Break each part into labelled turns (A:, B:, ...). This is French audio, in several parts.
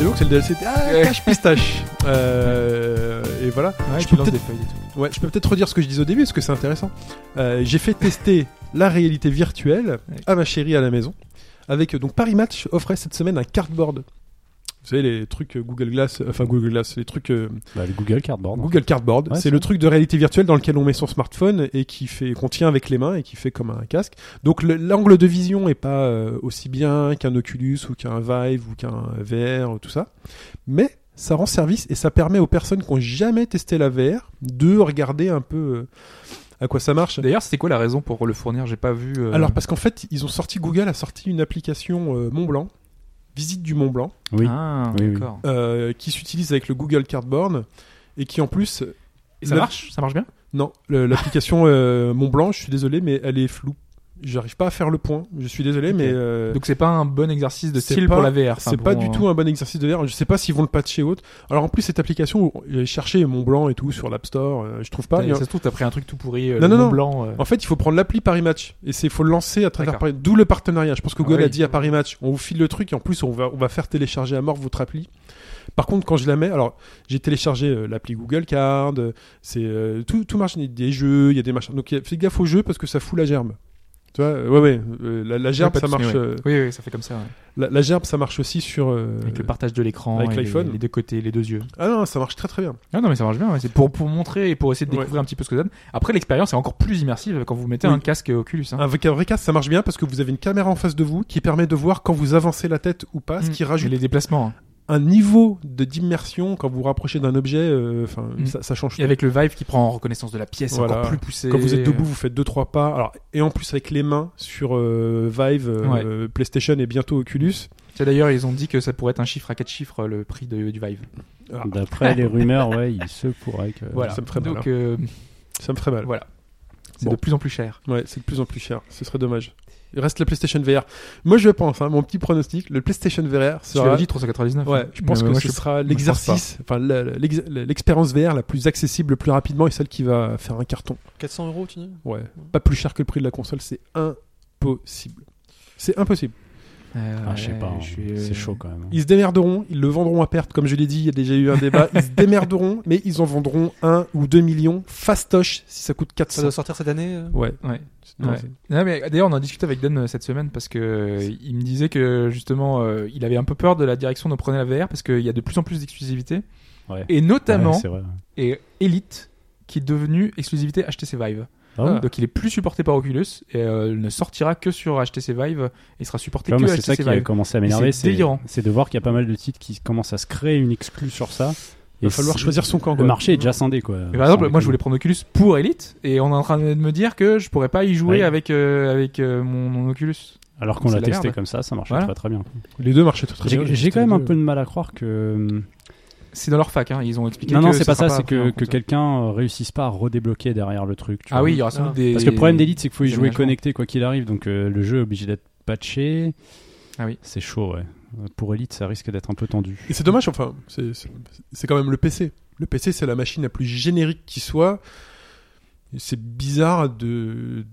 A: Et donc c'est le DLC. Ah,
B: Ouais.
A: cache pistache. Euh, et voilà.
B: Ouais,
A: Je
B: tu
A: peux
B: lances
A: peut-être-
B: des feuilles et tout.
A: Ouais, je peux peut-être redire ce que je disais au début parce que c'est intéressant. Euh, j'ai fait tester la réalité virtuelle
B: Ouais.
A: à ma chérie à la maison. Avec donc Paris Match offrait cette semaine un cardboard. Vous savez les trucs euh, Google Glass, euh, enfin Google Glass, les trucs euh,
C: Bah, le Google Cardboard. hein.
A: Google Cardboard.
C: Ouais,
A: c'est
C: ça.
A: le truc de réalité virtuelle dans lequel on met son smartphone et qui fait qu'on tient avec les mains et qui fait comme un casque. Donc le- l'angle de vision est pas euh, aussi bien qu'un Oculus ou qu'un Vive ou qu'un VR ou tout ça, mais ça rend service et ça permet aux personnes qui ont jamais testé la VR de regarder un peu euh, à quoi ça marche.
B: D'ailleurs, c'était quoi la raison pour le fournir J'ai pas vu. euh,
A: Alors parce qu'en fait, ils ont sorti Google a sorti une application euh, Mont Blanc, visite du Mont Blanc.
C: Oui.
B: Ah,
C: Oui, oui.
B: d'accord.
A: euh, qui s'utilise avec le Google Cardboard et qui en plus
B: Et ça
A: la-
B: marche Ça marche bien
A: Non, le- l'application euh, Mont Blanc, je suis désolé, mais elle est floue. J'arrive pas à faire le point. Je suis désolé,
B: Ok.
A: mais euh,
B: Donc hein. c'est pas un bon exercice de
A: c'est
B: style
A: pas-
B: pour la VR.
A: c'est pas du tout un bon exercice de VR. Je sais pas s'ils vont le patcher ou autre. Alors en plus, cette application, euh, j'ai cherché Mont Blanc et tout sur l'App Store, euh, je trouve pas. Mais-
B: ça se trouve, t'as pris un truc tout pourri, euh,
A: Non,
B: le
A: non,
B: Mont
A: non.
B: blanc. euh.
A: En fait, il faut prendre l'appli Paris Match et c'est faut le lancer à travers
B: D'accord.
A: Paris. D'où le partenariat. Je pense que
B: Ah
A: Google
B: oui.
A: a dit à Paris Match, on vous file le truc et en plus on va on va faire télécharger à mort votre appli. Par contre, quand je la mets, alors j'ai téléchargé euh, l'appli Google Card, euh, c'est euh, tout tout marche, il y a des jeux, il y a des machins. Donc il y a- fais gaffe aux jeux parce que ça fout la gerbe. Tu vois, euh, ouais ouais, euh, la, la gerbe
B: pas
A: ça
B: de souci,
A: marche.
B: ouais.
A: euh,
B: Oui, oui, ça fait comme ça. ouais.
A: la, la gerbe ça marche aussi sur. euh,
B: Euh, Avec le partage de l'écran,
A: avec
B: et les-
A: l'iPhone.
B: les deux côtés, les deux yeux.
A: Ah non, ça marche très très bien.
B: Ah non, mais ça marche bien. ouais. C'est pour, pour montrer et pour essayer de
A: Ouais.
B: découvrir un petit peu ce que ça donne. Après, l'expérience est encore plus immersive quand vous mettez
A: Oui.
B: un casque Oculus. hein.
A: Avec un vrai casque, ça marche bien parce que vous avez une caméra en face de vous qui permet de voir quand vous avancez la tête ou pas, ce
B: Mm.
A: qui rajoute
B: Et les déplacements. hein.
A: un niveau de d'immersion quand vous vous rapprochez d'un objet, euh, enfin
B: Mm.
A: ça, ça change.
B: Et avec le Vive qui prend en reconnaissance de la pièce, c'est
A: Voilà.
B: encore plus poussé.
A: Quand vous êtes debout, vous faites deux trois pas. Alors et en plus avec les mains sur euh, Vive, euh, PlayStation et bientôt Oculus.
B: Tiens, D'ailleurs, ils ont dit que ça pourrait être un chiffre à quatre chiffres le prix de- du Vive.
A: Ah,
C: D'après les rumeurs, ouais, il se pourrait que.
B: Voilà.
A: ça me ferait mal,
B: Donc, euh,
A: ça me ferait mal.
B: voilà. C'est
A: Bon.
B: de plus en plus cher.
A: Ouais, c'est de plus en plus cher. Ce serait dommage. Il reste la PlayStation VR. Moi je pense, hein, mon petit pronostic, le PlayStation VR
B: Tu
A: sera.
B: l'as dit, 399.
A: Ouais, je pense
B: hein. Mais
A: que
B: moi,
A: ce
B: je suis-
A: sera l'exercice, enfin la- la- l'ex- la- l'expérience VR la plus accessible, le plus rapidement et celle qui va faire un carton.
D: 400 euros, tu dis
A: Ouais, pas plus cher que le prix de la console, c'est impossible. C'est impossible.
B: Euh,
C: Ah, je sais pas. hein.
B: ouais, je suis, euh,
C: C'est chaud quand même. hein.
A: Ils se démerderont, ils le vendront à perte, comme je l'ai dit, il y a déjà eu un débat. Ils se démerderont, mais ils en vendront un ou deux millions fastoche si ça coûte
D: Ça
A: 400.
D: doit sortir cette année euh
A: Ouais.
B: Ouais.
A: Non,
B: Ouais.
A: c'est-
B: Non, mais d'ailleurs, on en discutait avec Dan euh, cette semaine parce que euh, il me disait que justement, euh, il avait un peu peur de la direction dont prenait la VR parce qu'il y a de plus en plus d'exclusivités
C: Ouais.
B: et
C: Ouais,
B: notamment
C: c'est vrai.
B: et Elite qui est devenu exclusivité HTC Vive.
C: Ah ouais.
B: Donc, il est plus supporté par Oculus et euh, il ne sortira que sur HTC Vive et sera supporté
C: Tu vois,
B: que
C: moi, c'est ça
B: HTC
C: qui a
B: Vive.
C: commencé à m'énerver.
B: c'est délirant.
C: C'est de voir qu'il y a pas mal de titres qui commencent à se créer une exclue sur ça.
A: Il va falloir
C: c'est-
A: choisir son camp.
C: Le
A: quoi.
C: marché est déjà scindé, quoi.
B: Mais par exemple, moi je voulais prendre Oculus pour Elite et on est en train de me dire que je pourrais pas y jouer
C: Ouais.
B: avec euh, avec euh, mon, mon Oculus.
C: Alors qu'on
B: C'est
C: l'a
B: la
C: testé
B: merde.
C: comme ça, ça marchait
B: Voilà.
C: très très bien.
A: Les deux marchaient tout très bien.
C: J'ai j'ai quand
A: les
C: même un
A: deux.
C: peu de mal à croire que.
B: C'est dans leur fac, hein. ils ont expliqué.
C: Non, non,
B: que
C: c'est pas ça,
B: sera
C: c'est
B: pris en
C: que,
B: compte.
C: que quelqu'un euh, réussisse pas à redébloquer derrière le truc. tu
B: Ah
C: vois.
B: oui, il y aura sans doute
D: Ah.
B: des.
C: Parce que le problème d'élite, c'est qu'il faut y
B: des
C: jouer
B: aménagements.
C: connecté quoi qu'il arrive, donc euh, le jeu est obligé d'être patché.
B: Ah oui.
C: C'est chaud, ouais. Euh, Pour Elite, ça risque d'être un peu tendu.
A: Et c'est dommage, enfin, c'est- c'est c'est quand même le PC. Le PC, c'est la machine la plus générique qui soit. Et C'est bizarre de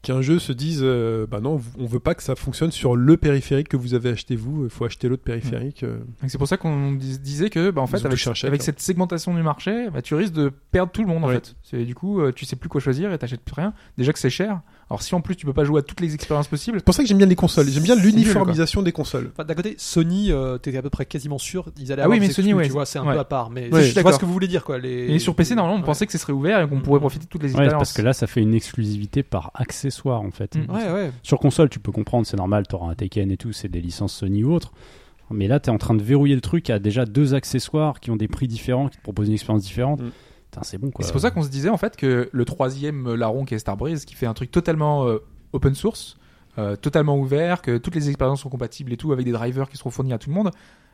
A: qu'un jeu se dise euh, bah non on veut pas que ça fonctionne sur le périphérique que vous avez acheté vous il faut acheter l'autre périphérique euh.
B: Donc c'est pour ça qu'on dis- disait que, bah, en
A: Ils
B: fait,
A: ont
B: avec,
A: touché un chèque,
B: avec
A: hein.
B: cette segmentation du marché, bah, tu risques de perdre tout le monde en
A: Ouais.
B: fait. C'est- Du coup, euh, tu sais plus quoi choisir et t'achètes plus rien. Déjà que c'est cher. Alors si en plus tu peux pas jouer à toutes les expériences possibles,
A: c'est pour ça que j'aime bien les consoles j'aime bien
B: C'est nul, quoi.
A: l'uniformisation des consoles
D: Enfin, D'un côté, Sony, euh, t'es à peu près quasiment sûr, ils allaient
B: Ah
D: avoir
B: oui,
D: des
B: mais
D: exclus,
B: Sony, ouais.
D: tu vois, c'est un
B: Ouais.
D: peu à part. Mais
B: Ouais, je suis
D: je vois
B: d'accord.
D: ce que vous voulez dire, quoi. Les...
B: et sur PC normalement on
D: Ouais.
B: pensait que ce serait ouvert et qu'on pourrait profiter de toutes les
C: Mm. Ouais,
B: expériences.
C: parce que là, ça fait une exclusivité par accessoire en fait.
B: Mm.
D: Ouais, ouais.
C: Sur console, tu peux comprendre, c'est normal, t'auras un Tekken et tout, c'est des licences Sony ou autre. Mais là, t'es en train de verrouiller le truc à déjà deux accessoires qui ont des prix différents, qui te proposent une expérience différente.
A: Mm.
C: Putain, c'est bon
B: Et
C: quoi.
B: c'est pour ça qu'on se disait en fait que le troisième larron qui est Starbreeze, qui fait un truc totalement euh, open source, euh, totalement ouvert, que toutes les expériences sont compatibles et tout, avec des drivers qui seront fournis à tout le monde,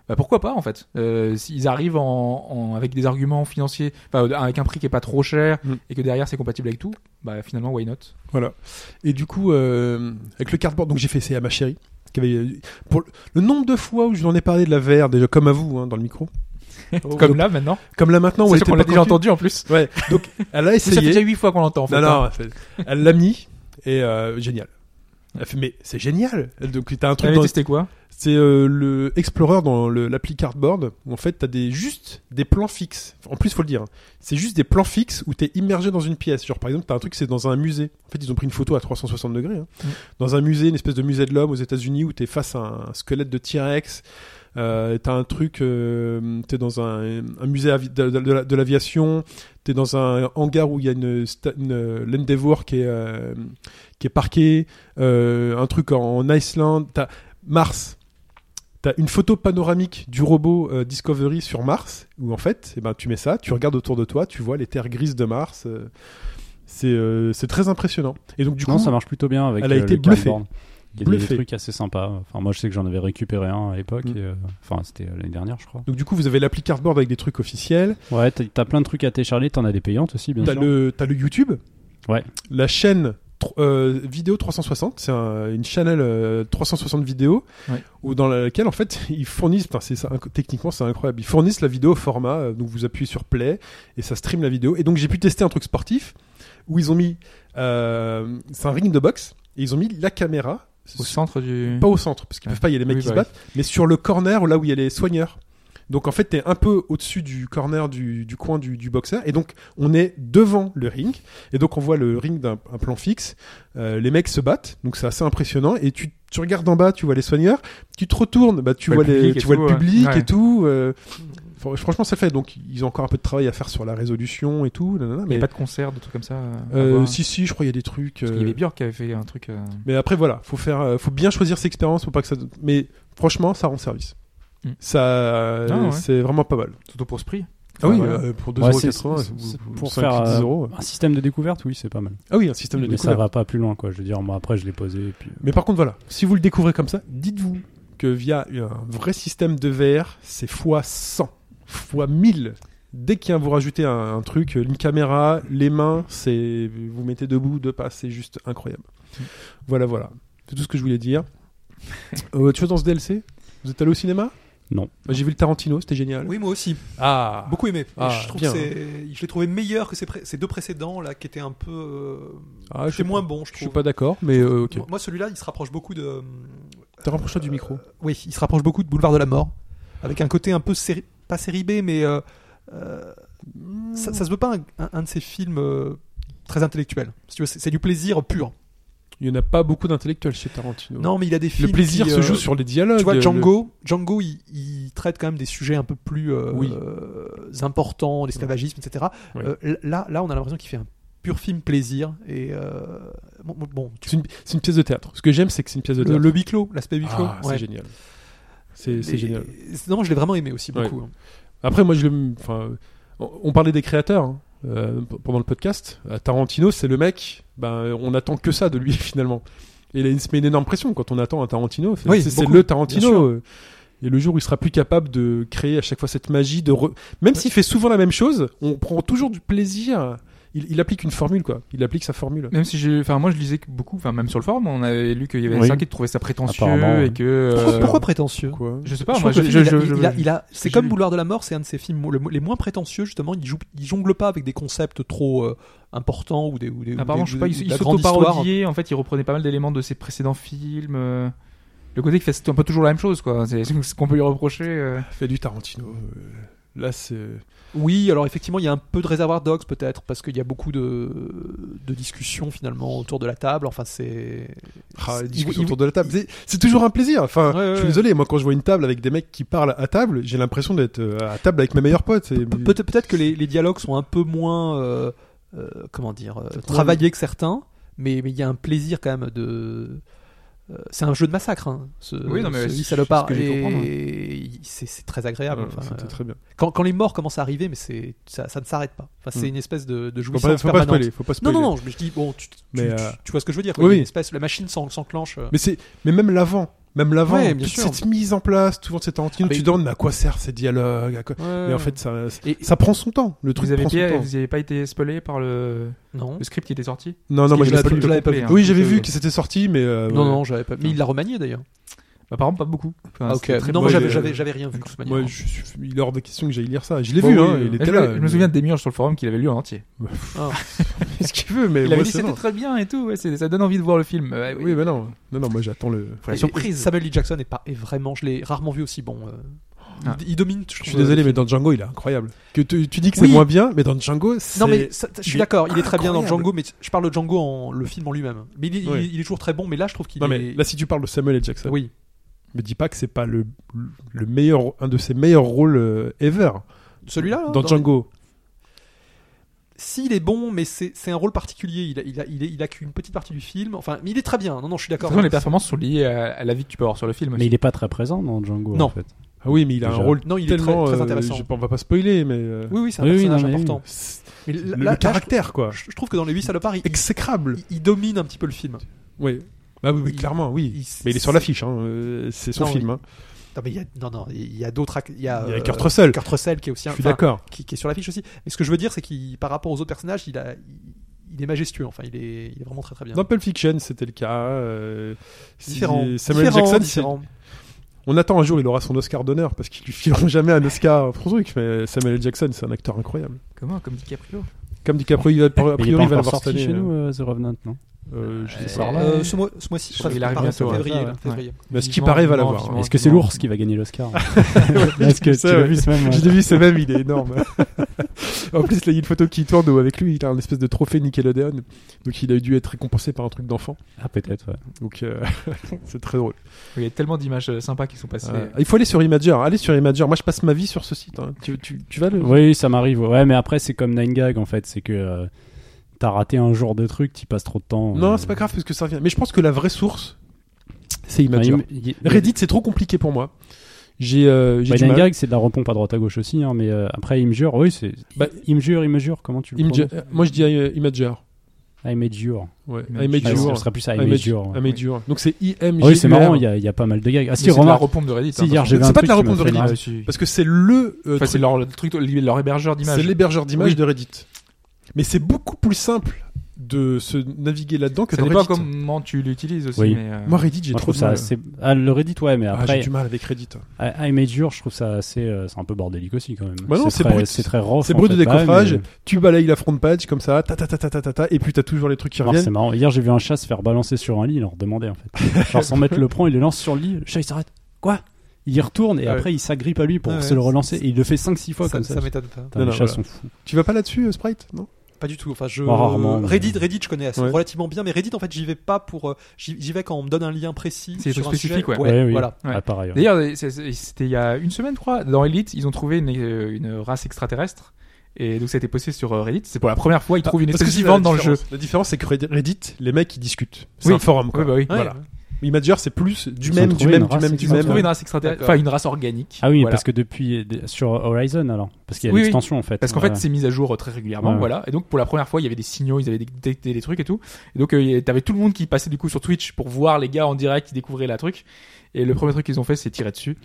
B: bah pourquoi pas en fait euh, S'ils arrivent en, en- avec des arguments financiers, enfin euh, avec un prix qui est pas trop cher
A: Mm.
B: et que derrière c'est compatible avec tout, bah finalement why not
A: Voilà. Et du coup, euh, avec le cardboard, donc j'ai fait essayer à ma chérie. Qui avait, pour le, le nombre de fois où je lui en ai parlé de la VR, déjà comme à vous, hein, dans le micro. Oh,
B: Comme là maintenant,
A: Comme là maintenant, où
B: on
A: elle était
B: qu'on
A: pas
B: l'a déjà
A: convaincue.
B: entendu en plus.
A: Ouais. Donc, elle a
B: Ça fait déjà
A: essayé.
B: huit fois qu'on l'entend en fait.
A: non,
B: hein.
A: non, elle fait- elle l'a mis et euh, génial. Elle fait, mais c'est génial. Donc t'as un truc
B: T'avais
A: dans-
B: testé quoi
A: c'est euh, le Explorer dans le- l'appli Cardboard où en fait t'as des juste des plans fixes. En plus faut le dire, hein. c'est juste des plans fixes où t'es immergé dans une pièce. Genre par exemple t'as un truc c'est dans un musée. En fait ils ont pris une photo à 360 degrés hein.
B: Mm.
A: dans un musée, une espèce de musée de l'homme aux États-Unis où t'es face à un squelette de T-Rex. Euh, t'as un truc, euh, t'es dans un, un musée avi- de, de- de la- de l'aviation, t'es dans un hangar où il y a une, sta- une, euh, l'Endeavour qui est euh, qui est parquée, euh, un truc en, en Islande, t'as Mars. T'as une photo panoramique du robot euh, Discovery sur Mars, où en fait, eh ben, tu mets ça, tu regardes autour de toi, tu vois les terres grises de Mars. euh, c'est euh, c'est très impressionnant. Et donc du
C: non,
A: coup,
C: ça marche plutôt bien avec
A: elle a
C: euh,
A: été
C: le
A: bluffée.
C: cardboard. Il y a des- des
A: Bluffée.
C: trucs assez sympas. Enfin, moi, je sais que j'en avais récupéré un à l'époque.
A: Mm.
C: et, euh, Enfin, c'était euh, l'année dernière, je crois.
A: donc du coup, vous avez l'appli Cardboard avec des trucs officiels.
C: Ouais, t'as t'as plein de trucs à télécharger. T'en as des payantes aussi, bien
A: T'as
C: sûr.
A: le t'as le YouTube.
C: Ouais.
A: La chaîne tro- euh, vidéo 360, c'est un- une channel euh, 360 vidéo
B: Ouais.
A: où dans laquelle en fait ils fournissent, putain, c'est ça, inc- techniquement c'est incroyable, ils fournissent la vidéo au format, euh, donc vous appuyez sur play et ça stream la vidéo. Et donc j'ai pu tester un truc sportif où ils ont mis, euh, c'est un ring de boxe et ils ont mis la caméra
B: Au centre du.
A: pas au centre parce qu'ils
B: Ouais.
A: peuvent pas, il y a les mecs
B: Oui,
A: qui se
B: bah oui.
A: battent, mais sur le corner là où il y a les soigneurs. Donc en fait, t'es un peu au-dessus du corner du, du coin du, du boxeur, et donc on est devant le ring, et donc on voit le ring d'un un plan fixe. Euh, les mecs se battent, donc c'est assez impressionnant. Et tu, tu regardes en bas, tu vois les soigneurs, tu te retournes, bah tu
B: Bah,
A: vois
B: le
A: les,
B: public et
A: tu vois
B: tout,
A: le
B: ouais.
A: public
B: Ouais.
A: et tout. euh, fr- franchement, c'est fait. Donc ils ont encore un peu de travail à faire sur la résolution et tout. nanana,
B: Il y
A: mais
B: avait pas de concert, de trucs comme ça. euh, à
A: euh,
B: voir.
A: si si, je crois il y a des trucs.
B: Parce
A: euh,
B: qu'il y avait Björk qui avait fait un truc. euh,
A: mais après, voilà, faut faire, euh, faut bien choisir ses expériences pour pas que ça. Mais franchement, ça rend service.
B: Mm.
A: Ça, euh,
B: Ah ouais.
A: c'est vraiment pas mal.
B: Surtout pour ce prix.
A: Ah oui,
B: voilà.
A: euh, pour
C: Ouais,
A: 2,80€,
C: c'est-
A: ou-
C: c'est-
A: ou
C: pour
A: 5,
C: faire,
A: 10
C: euh,
A: euros.
C: Un système de découverte, oui, c'est pas mal.
A: Ah oui, un système de
C: Mais ça
A: découverte.
C: va pas plus loin, quoi. Je veux dire, moi, après, je l'ai posé. Et puis... euh,
A: Mais par contre, voilà, si vous le découvrez comme ça, dites-vous que via un vrai système de VR, c'est fois 100, fois 1000. Dès qu'il y a vous rajoutez un, un truc, une caméra, les mains, c'est vous mettez debout, deux pas, c'est juste incroyable. Voilà, voilà. C'est tout ce que je voulais dire. Euh, tu vois dans ce DLC Vous êtes allé au cinéma
C: Non.
A: Moi, J'ai vu le Tarantino, c'était génial.
E: Oui, moi aussi.
A: Ah
E: Beaucoup aimé.
A: Ah,
E: je trouve
A: bien.
E: que c'est- je l'ai trouvé meilleur que ces, pré- ces deux précédents là, qui étaient un peu. euh,
A: Ah, je
E: c'était
A: suis
E: moins
A: pas-
E: bon, je
A: Je suis
E: trouve.
A: pas d'accord, mais euh, ok.
E: Moi, celui-là, il se rapproche beaucoup de. euh,
A: T'as rapproché du micro.
E: Oui, il se rapproche beaucoup de Boulevard de la Mort, avec un côté un peu série, pas série B, mais euh, euh, ça, ça se veut pas un, un- un de ces films euh, très intellectuels. Si tu veux, c'est c'est du plaisir pur.
A: Il y en a pas beaucoup d'intellectuels chez Tarantino.
E: Non, mais il a des films.
A: le plaisir
E: qui,
A: se
E: euh,
A: joue sur les dialogues.
E: Tu vois,
A: le-
E: Django, Django, il, il traite quand même des sujets un peu plus euh,
A: Oui.
E: euh, importants, l'esclavagisme, etc.
A: Oui.
E: Euh, l- là, là, on a l'impression qu'il fait un pur film plaisir et euh, bon, bon, bon, tu-
A: C'est une, c'est une pièce de théâtre. Ce que j'aime, c'est que c'est une pièce de
E: le,
A: théâtre.
E: le huis clos, l'aspect huis clos.
A: Ah, c'est
E: ouais.
A: génial. C'est c'est
E: Et-
A: génial.
E: Non, je l'ai vraiment aimé aussi beaucoup. hein.
A: Après, moi, je le. Enfin, on, on parlait des créateurs hein, euh, p- pendant le podcast. Euh, Tarantino, c'est le mec. Ben, on attend que ça de lui finalement. Et il a une, se met une énorme pression quand on attend un Tarantino. C'est
E: Oui,
A: c'est- c'est
E: beaucoup,
A: le
E: bien
A: Tarantino.
E: sûr.
A: euh. Et le jour où il sera plus capable de créer à chaque fois cette magie, de re- même s'il fait souvent la même chose, on prend toujours du plaisir. Il, il applique une formule, quoi. Il applique sa formule.
B: Même si j'ai. Enfin, moi, je lisais que beaucoup, enfin, même sur le forum, on avait lu qu'il y avait
C: Oui.
B: certains qui trouvaient ça
C: Apparemment,
B: prétentieux
C: ouais.
B: et que.
E: Pourquoi,
B: euh,
E: pourquoi prétentieux
A: Quoi
B: Je sais pas,
E: Je
B: moi,
E: trouve que
B: je-
E: le film,
B: je-
E: il
B: je-
E: a- il a- il a- c'est
B: je-
E: comme Boulevard de la Mort, c'est un de ses films le- les moins prétentieux justement. Il, joue- il jongle pas avec des concepts trop euh, importants ou des. Ou des
B: Apparemment,
E: ou
B: je sais
E: des-
B: pas,
E: ou
B: il,
E: de
B: il
E: la grande histoire.
B: s'auto-parodiait, en fait, il reprenait pas mal d'éléments de ses précédents films. euh, Le côté qui fait c'est un peu toujours la même chose, quoi. C'est c'est ce qu'on peut lui reprocher. euh.
A: Fait du Tarantino. euh, Là, c'est.
E: Oui, alors effectivement, il y a un peu de réservoir dogs peut-être parce qu'il y a beaucoup de, de discussions finalement autour de la table. Enfin, c'est.
A: Ah, les
E: Il-
A: discussions
E: il-
A: autour de la table. C'est- C'est toujours un plaisir. Enfin,
E: Ouais, ouais,
A: je suis
E: ouais.
A: désolé. Moi, quand je vois une table avec des mecs qui parlent à table, j'ai l'impression d'être euh, à table avec mes meilleurs potes. C'est-
E: Pe- peut- Peut-être que les, les dialogues sont un peu moins, euh, euh, comment dire, euh, travaillés que certains, mais mais il y a un plaisir quand même de. euh, C'est un jeu de massacre, hein, ce,
B: Oui, non, mais
E: ce
B: c'est-
E: Lee salopard.
B: c'est ce que j'ai pu comprendre,
E: et il- c'est c'est très agréable.
A: hein. Ouais,
E: enfin,
A: c'était
E: euh,
A: très bien.
E: quand, quand les morts commencent à arriver, mais c'est ça, ça ne s'arrête pas. Enfin, c'est
A: Mm.
E: une espèce de, de
A: Faut
E: jouissance
A: pas, faut pas
E: permanente.
A: spoiler. Faut pas
E: non,
A: spoiler.
E: non, non, je, je dis, bon, tu, tu-
A: Mais,
E: tu-
A: euh,
E: tu vois ce que je veux dire.
A: oui,
E: quoi,
A: oui.
E: il y a Une espèce, la machine s'en- s'enclenche. euh.
A: Mais c'est, mais même l'avant, même l'avant,
E: Ouais, bien
A: toute
E: sûr.
A: cette mise en place, toujours cette Tarantino.
E: Ah, mais-
A: tu te demandes mais à quoi servent ces dialogues à quoi-
E: Ouais.
A: Mais en fait, ça, ça-
E: Et-
A: ça prend son temps. Le truc
B: Vous avez,
A: prend son
B: pas,
A: temps.
B: vous avez pas été spoilé par le,
E: non.
B: le
A: euh,
B: script qui était sorti
A: Non, non, moi
B: Parce
A: je
B: qu'il
A: l'ai
B: est
A: pas lu.
B: plutôt
E: l'avais pas
B: complet,
E: vu.
B: hein.
A: Oui, j'avais
B: Donc,
A: vu
B: euh,
A: que c'était sorti, mais euh,
E: Non,
A: ouais.
E: non, j'avais pas. Mais il l'a remanié d'ailleurs.
B: Apparemment, pas beaucoup. Enfin,
E: Ah,
B: c'était
E: ok.
B: très
E: Non,
A: beau,
E: moi,
A: il
E: j'avais-
A: est-
E: j'avais j'avais rien vu de toute manière.
A: Moi, je suis- il est hors de question que j'aille lire ça. Je l'ai
B: Bah
A: vu,
B: oui,
A: hein,
B: oui.
A: il
B: Et
A: était
B: je,
A: là.
B: me- je me souviens de Demiurge sur le forum qu'il avait lu en entier.
A: ce qu'il veut, mais
B: Il avait
A: moi,
B: dit
A: c'est
B: c'était
A: non.
B: très bien et tout, ouais, c'est- ça donne envie de voir le film. Euh,
E: Ah
B: Ouais,
A: Oui, mais non. Non, non, moi j'attends le.
B: Faut la
E: Et-
B: surprise.
E: et Samuel L. Jackson est, pas, est vraiment, je l'ai rarement vu aussi bon. euh, il-
B: Ah.
E: il, domine, je
A: Je suis
E: trouve,
A: désolé,
E: euh,
A: mais dans Django, il est incroyable. Que tu, tu dis que c'est
E: Oui.
A: moins bien, mais dans Django, c'est.
E: Non mais ça- je suis
A: il est
E: d'accord, il est très bien dans
A: incroyable.
E: Django, mais je parle de Django en le film en lui-même. Mais il, est- il est-
A: Ouais.
E: il est toujours très bon, mais là je trouve qu'il
A: Non, mais
E: est.
A: là, si tu parles de Samuel L. Jackson,
E: oui.
A: me dis pas que c'est pas le, le meilleur, un de ses meilleurs rôles euh, ever.
E: Celui-là. là,
A: Dans Django.
E: Si, il est bon, mais c'est c'est un rôle particulier. Il a, il a, il est- il a qu'une petite partie du film. Enfin, mais il est très bien. Non, non, je suis
B: De toute
E: d'accord.
B: façon, les performances sont liées à, à la vie que tu peux avoir sur le film.
C: Mais
B: aussi.
C: il est pas très présent dans Django
E: Non.
C: en fait.
A: Ah oui, mais il a
C: Déjà.
A: un rôle
E: Non, il est très,
A: tellement.
E: très
A: euh,
E: intéressant.
A: je sais pas, on va pas spoiler, mais. euh,
E: Oui, oui, c'est un
C: Oui, oui,
E: personnage
C: non, mais oui.
E: important.
A: c'est-
E: Mais
A: le,
E: là,
A: le
E: là, je-
A: caractère, quoi.
E: je, je trouve que dans les 8 salopards, il,
A: Exécrable.
E: il- il domine un petit peu le film.
A: Oui. Bah oui, oui,
E: il-
A: clairement, oui.
E: il-
A: mais il est sur l'affiche, hein. euh, c'est son
E: Non,
A: film. hein.
E: Non, mais il y a, non, non, il y a d'autres. ac- Il y a,
A: Il y a
E: euh,
A: Kurt Russell.
E: Kurt Russell qui est aussi
A: Je
E: un.
A: suis
E: enfin,
A: d'accord.
E: qui, qui est sur l'affiche aussi. Mais ce que je veux dire, c'est qu'il, par rapport aux autres personnages, il, a, il, il est majestueux. Enfin, il est, il est vraiment très très bien.
A: Dans Pulp Fiction, c'était le cas. euh, si-
E: différent.
A: Samuel
E: Différent,
A: Jackson,
E: différent.
A: c'est- on attend un jour, il aura son Oscar d'honneur parce qu'ils lui fileront jamais un Oscar pour son truc. Mais Samuel L. Jackson, c'est un acteur incroyable.
B: Comment Comme DiCaprio.
A: Comme DiCaprio, il va, a
C: Mais il est
A: priori, il
C: pas
A: va l'avoir
C: encore
A: cette
C: sorti
A: année.
C: chez nous
A: euh,
C: euh, The Revenant, non
A: euh, je sais
B: Euh,
A: pas.
B: Ouais.
E: Euh, ce mois, ce mois-ci,
B: Je-
E: bref,
B: il arrive
E: par-
B: bientôt, ouais.
E: Février,
B: Ouais,
E: là,
B: ouais.
E: février.
A: Mais ce qui
B: Vivement,
A: paraît, va
B: vivement,
A: l'avoir. hein.
B: vivement.
C: Est-ce que c'est
B: non.
C: l'ours qui va gagner l'Oscar Est-ce que tu
A: Ça,
C: l'as
A: ouais.
C: vu ce même ouais.
A: J'ai vu ce même, il est énorme. en plus, là, il y a une photo qui tourne où, avec lui, il a un espèce de trophée Nickelodeon. Donc, il a dû être récompensé par un truc d'enfant.
C: Ah peut-être. ouais.
A: Donc, euh, c'est très drôle.
B: Il y a tellement d'images euh, sympas qui sont passées.
A: Euh, il faut aller sur Imager. Allez sur Imager. Moi, je passe ma vie sur ce site. hein. Tu, tu- tu vas le.
C: Oui, ça m'arrive. Ouais, mais après c'est comme Nine Gag en fait, c'est que euh, t'as raté un jour de truc, t'y passes trop de temps.
A: Non,
C: euh.
A: c'est pas grave parce que ça revient. Mais je pense que la vraie source, c'est
C: Enfin,
A: Imager.
C: il- il- il-
A: Reddit, c'est trop compliqué pour moi. J'ai euh, j'ai
C: Bah,
A: du
C: Nine
A: mal.
C: Gag, c'est de la repompe à droite à gauche aussi, hein, mais euh, après, il me jure, oui, c'est.
A: Bah,
C: il me jure, il me jure, comment tu le
A: Image-
C: prononces
A: euh, Moi, je dis euh, Imager.
C: I made jure.
A: Ouais.
B: Imager.
A: Imager.
C: Ah,
B: Jure.
C: ce serait plus à I made jure. ouais.
A: Imager. Donc, c'est i m
C: Ah Oui, c'est marrant, il y, a- il y a pas mal de gags. Ah, si,
B: Mais c'est de la
C: remarque,
B: repompe de Reddit. hein,
C: si, hier, j'ai
A: C'est
C: vu un
A: pas de
C: truc
A: la
C: qui m'a
A: repompe de
C: fait
A: Reddit.
C: marrer.
A: Parce que c'est le euh,
B: Enfin,
A: truc
B: c'est leur, le truc, leur hébergeur
A: C'est
B: d'images.
A: l'hébergeur d'images
B: Oui.
A: de Reddit. Mais c'est beaucoup plus simple de se naviguer là-dedans que
B: Ça
A: dans
B: dépend
A: Reddit.
B: comment tu l'utilises aussi.
C: Oui.
B: Mais, euh,
A: Moi, Reddit, j'ai
C: Moi, je
A: trop
C: trouve
A: de
C: ça
A: mal.
C: assez. Ah, le Reddit, ouais, mais
A: Ah,
C: après,
A: j'ai du mal avec Reddit.
C: I I made jure, je trouve ça assez. euh, c'est un peu bordélique aussi, quand même.
A: Bah non, c'est
C: très-
A: brut.
C: C'est très rough.
A: C'est
C: en
A: brut de
C: fait. Bah Ouais,
A: décoffrage.
C: mais-
A: Tu balayes la front page comme ça, ta ta ta ta ta ta, ta, et puis t'as toujours les trucs qui
C: Alors, C'est
A: reviennent.
C: marrant. Hier, j'ai vu un chat se faire balancer sur un lit, il en redemandait, en fait. Genre, sans mettre le prend, il le lance sur le lit, le chat, il s'arrête. Quoi Il y retourne et
E: Ouais.
C: après, il s'agrippe à lui pour
E: Ouais,
C: se le
E: ouais.
C: relancer. Et il le fait 5-6 fois
E: ça,
C: comme ça.
E: ça m'étonne pas.
C: Putain,
A: Non,
C: les
A: non,
C: chats
A: voilà.
C: sont fous.
A: Tu vas pas là-dessus, euh, Sprite Non
E: Pas du tout. Enfin, je
A: Oh,
C: Bah, rarement, mais-
E: Reddit, Reddit, je connais assez-
A: Ouais.
E: relativement bien, mais Reddit, en fait, j'y vais pas pour. euh, J'y j'y vais quand on me donne un lien précis.
B: C'est des
E: sur
B: trucs
E: un
B: spécifiques,
E: sujet.
B: ouais.
C: Ouais, oui.
E: Voilà.
B: Ouais.
C: Ah, pareil. ouais.
B: D'ailleurs, c'est- c'est- c'était il y a une semaine, je crois, dans Elite, ils ont trouvé une, euh, une race extraterrestre. Et donc, ça a été posté sur euh, Reddit. C'est pour la première fois, ils trouvent Ah, une
A: Ah, Parce que
B: espèce
A: c'est la
B: vivante dans le jeu.
A: différence. La différence, c'est que Reddit- Reddit, les mecs, ils discutent. C'est
B: Oui.
A: un forum, quoi.
B: Ouais, bah oui.
A: Voilà. Imager, c'est plus du
C: Ils ont
A: même, du
C: trouvé
A: même,
C: une
A: du
C: race
A: même, du
B: Ils ont
A: même.
B: trouvé une race extraterrestre,
E: D'accord.
B: enfin une race organique.
C: Ah oui,
B: Voilà.
C: parce que depuis de- sur Horizon alors, parce qu'il y a
B: Oui, oui.
C: l'extension en fait.
B: Parce qu'en
C: Voilà.
B: fait, c'est mis à jour euh, très régulièrement,
C: Ouais.
B: voilà. Et donc, pour la première fois, il y avait des signaux, ils avaient détecté des trucs et tout. Et donc, euh, il y- t'avais tout le monde qui passait du coup sur Twitch pour voir les gars en direct qui découvraient la truc. Et le premier truc qu'ils ont fait, c'est tirer dessus.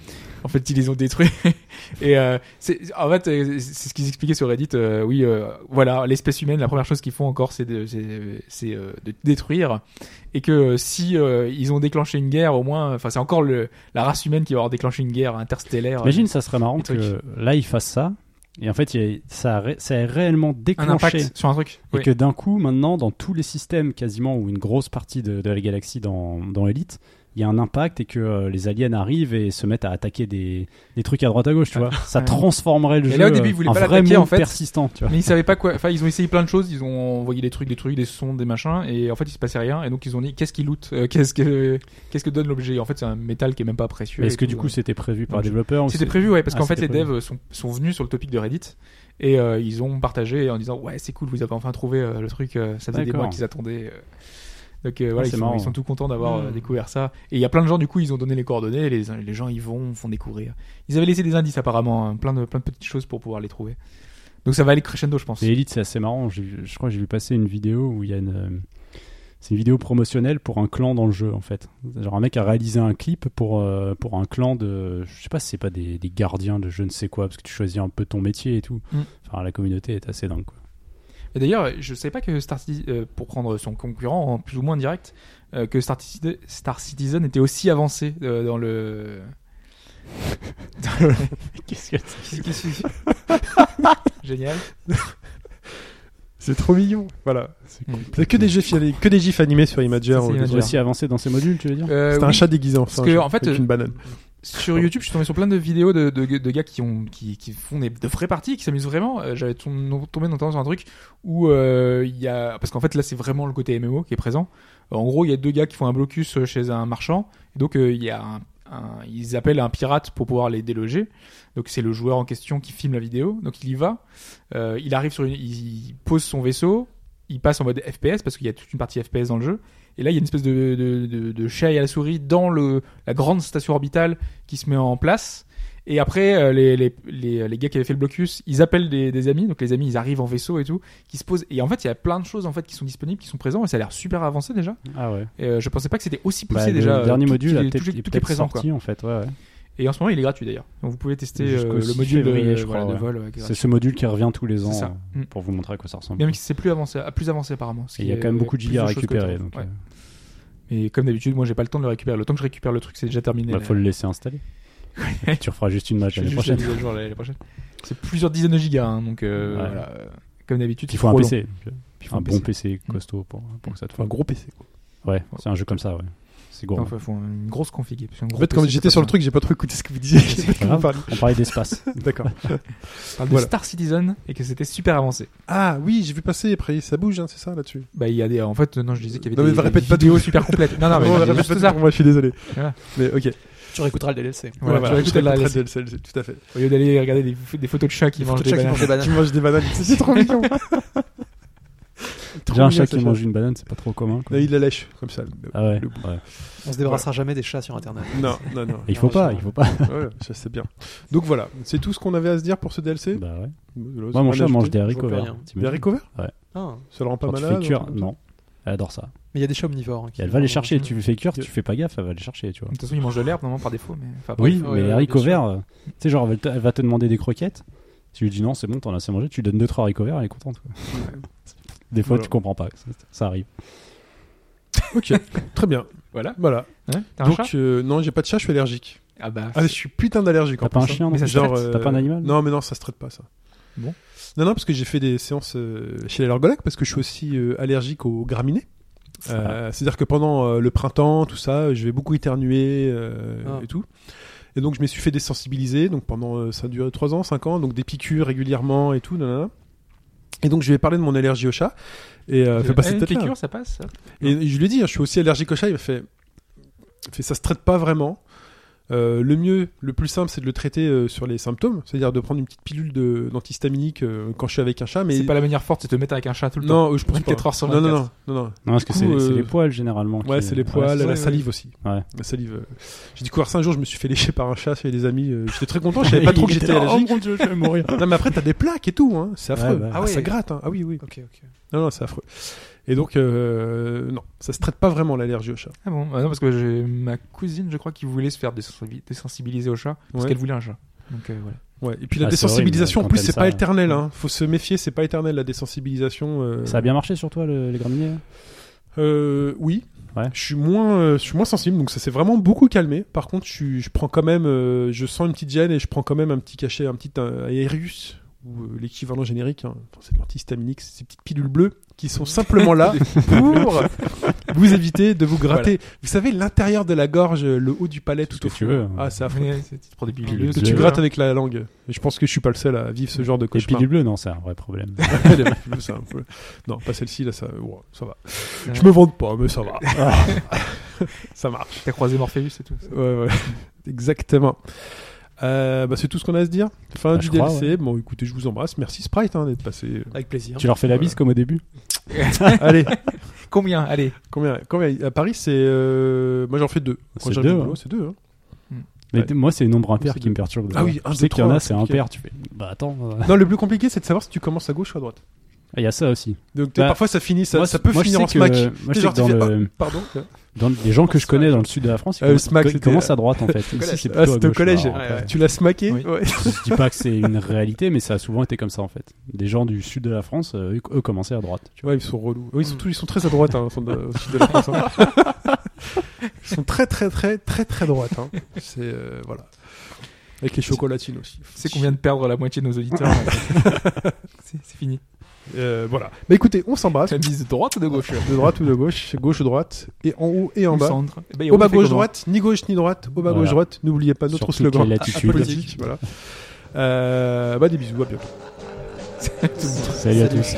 B: En fait, ils les ont détruits. et euh, c'est, en fait, euh, c'est ce qu'ils expliquaient sur Reddit. euh, oui, euh, voilà, l'espèce humaine, la première chose qu'ils font encore, c'est de, c'est, c'est, euh, de détruire. Et que euh, si euh, ils ont déclenché une guerre, au moins, enfin, c'est encore le, la race humaine qui va avoir déclenché une guerre interstellaire.
C: Imagine, ça serait marrant
B: des
C: que
B: trucs.
C: là ils fassent ça et en fait il y a- ça a, ré- ça a réellement
B: euh, un
C: déclenché
B: impact sur un truc.
C: et
B: Oui.
C: que d'un coup maintenant dans tous les systèmes quasiment ou une grosse partie de, de la galaxie dans dans Elite, il y a un impact et que euh, les aliens arrivent et se mettent à attaquer des, des trucs à droite à gauche, tu vois. Ça
B: Ouais.
C: transformerait le
B: Et
C: jeu.
B: là, au début,
C: euh,
B: ils voulaient
C: un
B: pas
C: vrai
B: l'attaquer, en
C: monde
B: fait.
C: persistant, tu vois.
B: Mais ils savaient pas quoi. Enfin, ils ont essayé plein de choses. Ils ont envoyé des trucs, des trucs, des sons, des machins. Et en fait, il se passait rien. Et donc, ils ont dit qu'est-ce qu'ils lootent Euh, Qu'est-ce que qu'est-ce que donne l'objet En fait, c'est un métal qui est même pas précieux.
C: Mais Est-ce
B: et
C: que
B: tout,
C: du coup
B: ouais.
C: c'était prévu par
B: Non,
C: le
B: je-
C: développeur ou
B: c'était
C: c'est-
B: prévu, ouais, parce
C: Ah,
B: qu'en fait, les
C: c'était prévu.
B: devs sont, sont venus sur le topic de Reddit et euh, ils ont partagé en disant ouais, c'est cool, vous avez enfin trouvé euh, le truc. euh, ça faisait des
C: D'accord. Ah,
B: mois qu'ils attendaient. euh. Donc euh, voilà, ils
C: c'est
B: sont,
C: marrant. Hmm.
B: ils sont tout contents d'avoir
E: Mm.
B: euh, découvert ça. Et il y a plein de gens, du coup, ils ont donné les coordonnées. et Les, les gens, ils vont, font découvrir. Ils avaient laissé des indices apparemment, hein, plein de plein de petites choses pour pouvoir les trouver. Donc ça va aller crescendo, je pense.
C: Mais Elite, c'est assez marrant. J'ai vu- Je crois que j'ai vu passer une vidéo où il y a une. euh, C'est une vidéo promotionnelle pour un clan dans le jeu, en fait. Genre, un mec a réalisé un clip pour, euh, pour un clan de. Je sais pas si c'est pas des, des gardiens de je ne sais quoi, parce que tu choisis un peu ton métier et tout.
B: Mm.
C: Enfin, la communauté est assez dingue, quoi.
B: Et d'ailleurs, je ne savais pas que Star Citizen, euh, pour prendre son concurrent en plus ou moins direct, euh, que Star, Citi- Star Citizen était aussi avancé euh, dans le. dans le-
C: Qu'est-ce que
B: Qu'est-ce que c'est Génial.
A: C'est trop mignon. Voilà.
B: Mm.
A: C'est que des jeux fiali- que des gifs animés sur Imager.
B: C'est
A: au
B: Imager.
A: début.
C: aussi avancé dans ces modules, tu veux dire
B: Euh,
A: C'était un
B: oui.
A: chat déguisé en
B: Parce que, en fait,
A: avec
B: euh,
A: une banane.
B: Sur YouTube, je suis tombé sur plein de vidéos de, de, de gars qui, ont, qui, qui font des, de vraies parties, qui s'amusent vraiment. Euh, J'avais tom- tombé notamment sur un truc où euh, il y a. Parce qu'en fait, là, c'est vraiment le côté MMO qui est présent. Euh, En gros, il y a deux gars qui font un blocus euh, chez un marchand. Et donc, euh, il y a un- un- ils appellent un pirate pour pouvoir les déloger. Donc, c'est le joueur en question qui filme la vidéo. Donc, il y va. Euh, il arrive sur une. Il il pose son vaisseau. Il passe en mode FPS parce qu'il y a toute une partie FPS dans le jeu. Et là, il y a une espèce de, de, de, de chat à la souris dans le, la grande station orbitale qui se met en place. Et après, euh, les, les, les, les gars qui avaient fait le blocus, ils appellent des, des amis. Donc les amis, ils arrivent en vaisseau et tout, qui se posent. Et en fait, il y a plein de choses en fait qui sont disponibles, qui sont présentes. Et ça a l'air super avancé déjà.
C: Ah ouais.
B: Et, euh, je pensais pas que c'était aussi
C: Bah,
B: poussé déjà.
C: Le
B: euh,
C: dernier
B: tout-
C: module
B: tout
C: a
B: est-
C: peut-être
B: tout, est-
C: est
B: tout est
C: peut-être
B: présent. quoi.
C: sorti en fait. ouais, ouais.
B: Et en ce moment, il est gratuit d'ailleurs. Donc vous pouvez tester euh,
C: Jusqu'au
B: le
C: 6
B: module de-
C: février, je
B: voilà,
C: crois,
B: de
C: ouais.
B: vol. ouais, qui est
C: C'est
B: gratuit.
C: ce module qui revient tous les
B: C'est ça.
C: ans
B: Mm.
C: euh, pour vous montrer à quoi ça ressemble.
B: Bien même si c'est plus avancé, à plus avancé apparemment. ce
C: Et il
B: qui
C: y a
B: est-
C: quand même beaucoup de
B: plus
C: gigas à
B: choses que
C: récupérer.
B: d'autres.
C: Donc,
B: Ouais.
C: euh,
B: Mais comme d'habitude, moi, j'ai pas le temps de le récupérer. Le temps que je récupère le truc, c'est déjà terminé.
C: bah,
B: là.
C: faut le laisser installer. Et tu referas juste une match
B: Je fais
C: l'année
B: juste la
C: prochaine.
B: mise à jour l'année prochaine. C'est plusieurs dizaines de gigas, hein, donc euh,
C: Ouais.
B: voilà. euh, Comme d'habitude,
C: Il faut un
B: trop long.
C: PC. donc,
B: Il faut
C: Un
B: un
C: bon
B: PC.
C: PC costaud pour pour que ça te
A: Enfin, un
C: fasse.
A: gros PC. quoi.
C: Ouais, c'est un jeu comme ça, ouais. C'est
B: Non,
C: gourmand.
B: faut, faut une grosse config. parce qu'un
A: En
B: gros
A: fait, quand
B: PC,
A: j'étais
B: c'est
A: sur le
B: pas
A: truc, j'ai pas trop écouté ce que vous disiez. Je sais pas de quoi vous
C: grave.
A: parlez.
C: On parlait d'espace.
A: D'accord.
B: ça. de
A: Voilà.
B: Star Citizen et que c'était super avancé.
A: Ah oui, j'ai vu passer. Après, ça bouge, hein, c'est ça là-dessus.
B: Bah, il y a des. En fait, non, je disais qu'il y avait
A: Non, mais
B: des,
A: répète
B: des
A: pas
B: vidéos
A: tout.
B: super complètes. Ah Non, non, mais
A: Bon,
B: il y a
A: répète
B: juste
A: pas
B: ça.
A: tout pour moi, je suis désolé.
B: Voilà.
A: Mais ok.
D: Tu réécouteras le DLC.
A: Voilà,
B: Voilà, tu
A: je
B: vas écouter la-
A: t'écouterai de- celle- Tout à fait.
B: Au lieu d'aller regarder des, des photos de chats qui
D: Des
B: mangent
D: photos de
B: des
D: chats qui mangent
B: bananes.
D: des bananes.
A: Tu manges des bananes. C'est trop mignon.
C: Déjà
A: mignon,
C: un chat
A: ce
C: qui
A: chat.
C: mange une banane, c'est pas trop commun. quoi.
A: Là, il la lèche comme ça.
C: Ah ouais.
A: Le-
C: ouais.
D: On se débarrassera jamais des chats sur internet.
A: Non, non, non.
C: Et il faut pas, il faut pas.
A: Ouais, ça c'est bien. Donc voilà, c'est tout ce qu'on avait à se dire pour ce DLC.
C: Bah ouais.
A: Voilà,
C: Moi, mon
A: rien
C: chat
A: à
C: mange
A: ajouter.
C: des haricots
D: plus
C: verts.
D: rien.
A: Des
C: t'imagines
A: haricots verts
D: Ah.
A: Ça le rend pas
C: Quand tu
A: malade
C: fais
A: un
C: cuire,
A: truc comme
C: non. Elle adore ça.
D: Mais il y a des chats omnivores. hein, qui-
C: Elle va les chercher.
D: Mm.
C: Tu lui fais cuire, si tu fais pas gaffe, elle va les chercher, tu vois.
B: De toute façon, ils mangent de l'herbe, normalement, par défaut. Mais... Enfin, bref.
C: Oui,
D: Ouais,
C: mais
D: ouais,
C: les haricots
D: bien sûr.
C: verts, euh, tu sais, genre, elle va, te, elle va te demander des croquettes. Si tu lui dis non, c'est bon, t'en as assez mangé, tu lui donnes 2-3 haricots verts, elle est contente. quoi. Des fois,
A: Voilà.
C: tu comprends pas. Ça, ça arrive.
A: ça. Ok, très bien.
B: Voilà.
A: Voilà.
B: Hein, T'as un
A: Donc
B: chat
A: euh, non, j'ai pas de chat, je suis allergique.
B: Ah bah.
A: Ah, je suis putain d'allergique.
C: T'as
A: en
C: pas un
A: plus, hein.
C: chien, non
B: Mais ça se
A: Genre,
B: traite
A: euh,
C: T'as pas un animal
A: Non, mais non, ça se traite pas ça.
B: Bon.
A: Non, non, parce que j'ai fait des séances euh, chez l'allergologue parce que je suis aussi euh, allergique aux graminées. Euh,
B: Ah.
A: C'est-à-dire que pendant euh, le printemps, tout ça, euh, je vais beaucoup éternuer euh,
D: Ah.
A: et tout. Et donc je me suis fait désensibiliser. Donc pendant euh, ça a duré 3 ans, 5 ans, donc des piqûres régulièrement et tout. nanana. Et donc je lui ai parlé de mon allergie au chat. Et euh, fais
B: Eh,
A: passer
B: une
A: tête là.
B: piqûre, ça passe. ça
A: Et je lui ai dit, hein, je suis aussi allergique au chat. Il m'a fait, il fait, ça se traite pas vraiment. Euh, le mieux, le plus simple, c'est de le traiter euh, sur les symptômes, c'est-à-dire de prendre une petite pilule de- d'antihistaminique euh, quand je suis avec un chat. Mais
B: C'est pas la manière forte, c'est de te mettre avec un chat tout le temps.
A: non, euh, je pense pas.
B: 24 heures sur
A: Non,
B: 24.
A: non, non, non, non.
C: Non, parce que
A: du
C: c'est
A: coup,
C: c'est
A: euh,
C: les poils généralement.
A: Ouais,
C: qui-
A: c'est les poils,
C: c'est
A: la
C: ça.
A: salive aussi.
C: Ouais.
A: La salive. euh, J'ai découvert ça un jour, je me suis fait lécher par un chat chez des amis. euh, J'étais très content, je savais pas trop que j'étais allergique.
C: Oh mon dieu, je vais mourir.
A: Non, mais après, t'as des plaques et tout, hein. c'est
C: Ouais,
A: affreux.
C: bah.
A: Ah,
D: Ah
A: ça
D: ouais.
A: gratte, hein. ah oui, oui.
D: Ok, ok.
A: Non, non, c'est affreux. Et donc, euh, non, ça se traite pas vraiment l'allergie au chat.
B: Ah bon Ah Non, parce que j'ai ma cousine, je crois, qui voulait se faire désensibi- désensibiliser au chat, parce
A: Ouais.
B: qu'elle voulait un chat. Donc euh, voilà.
A: Ouais, et puis la
C: Ah, c'est
A: désensibilisation,
C: horrible,
A: en plus,
C: quand
A: c'est
C: t'aimes
A: pas
C: ça.
A: éternel. Hein. Faut se méfier, c'est pas éternel la désensibilisation. euh.
C: Ça a bien marché sur toi, le- les graminées hein
A: Euh, oui.
C: Ouais.
A: Je suis moins, euh, je suis moins sensible, donc ça s'est vraiment beaucoup calmé. Par contre, je, suis- je prends quand même, euh, je sens une petite gêne et je prends quand même un petit cachet, un petit euh, Aerius ou euh, l'équivalent générique. hein. Enfin, c'est de l'antihistaminique, c'est ces petites pilules bleues qui sont simplement là pour vous éviter de vous gratter. Vous savez, l'intérieur de la gorge, le haut du palais, tout
C: C'est ce
A: au
C: que tu
A: fond.
C: veux, hein.
A: Ah, c'est affreux.
B: Après, c'est- tu prends des pilules
C: Pilules
B: bleues,
A: Que
C: bleues.
A: tu
B: veux.
A: grattes avec la langue. Et je pense que je suis pas le seul à vivre ce genre de
C: Et
A: cauchemar.
C: puis bleu, non, c'est un vrai problème.
A: Elle est plus simple. Non, pas celle-ci, là, ça, ouah, ça va. Je me vante pas, mais ça va. ça marche.
B: T'as croisé Morpheus et tout.
A: Ouais, ouais. Exactement. Euh, bah, c'est tout ce qu'on a à se dire. Fin
C: Bah,
A: du
C: je crois,
A: DLC. Bon, écoutez, je vous embrasse. Merci Sprite hein, d'être passé. Euh,
D: Avec plaisir.
C: tu leur fais la bise comme au début
A: Allez,
B: Combien Allez.
A: combien, combien À Paris, c'est. euh, Moi, j'en fais deux.
C: C'est
A: j'arrive au
C: deux,
A: boulot,
C: hein.
A: c'est deux. hein.
C: Mais
A: Ouais.
C: t- moi, c'est les nombres impairs
A: C'est
C: qui me perturbent.
A: Ah oui, un,
C: je
A: deux,
C: sais qu'il y en
A: trois,
C: a, c'est
A: c'est compliqué.
C: impair. Tu fais, bah attends. euh,
A: Non, le plus compliqué, c'est de savoir si tu commences à gauche ou à droite.
C: Il y a ça aussi.
A: Donc t'as-
C: Bah,
A: parfois ça finit, ça,
C: moi,
A: ça peut
C: moi, je
A: finir
C: sais
A: en smack.
C: que- Moi, je
A: T'es
C: sais
A: genre,
C: que dans
A: tu fais,
C: le,
A: ah, pardon.
C: dans les gens que je connais dans le sud de la France, ils
A: Euh,
C: commen-
A: Smack,
C: co-
A: c'était-
C: commencent à droite en fait. Ici, c'est plutôt
A: Ah,
C: à
A: c'était au
C: gauche,
A: collège.
C: alors, après.
A: Tu l'as smacké
B: Oui.
A: Ouais.
C: Je dis pas que c'est une réalité, mais ça a souvent été comme ça en fait. Des gens du sud de la France, euh, eux, eux commençaient à droite.
A: Tu vois, ils sont relous. Oui, ils, sont
D: Mm.
A: tous- ils sont très à droite hein, au centre de- au sud de la France. hein. ils sont très, très, très, très, très droite. hein. C'est. euh, voilà. Avec les chocolatines aussi.
B: C'est qu'on vient de perdre la moitié de nos auditeurs. c'est c'est fini.
A: Euh, voilà. Bah écoutez, on s'embrasse.
B: La mise de droite ou de gauche
A: De droite ou de gauche, gauche droite, et en haut et en
B: Ou
A: bas.
B: centre Eh ben,
A: Au
B: on
A: bas
B: fait
A: gauche
B: comment
A: droite, ni gauche ni droite, au bas
C: Voilà.
A: gauche droite, n'oubliez pas notre
C: Sur toutes
A: slogan
C: les
A: Ah,
C: latitudes.
A: politique, voilà. Euh, bah des bisous, à bientôt.
C: Salut à tous.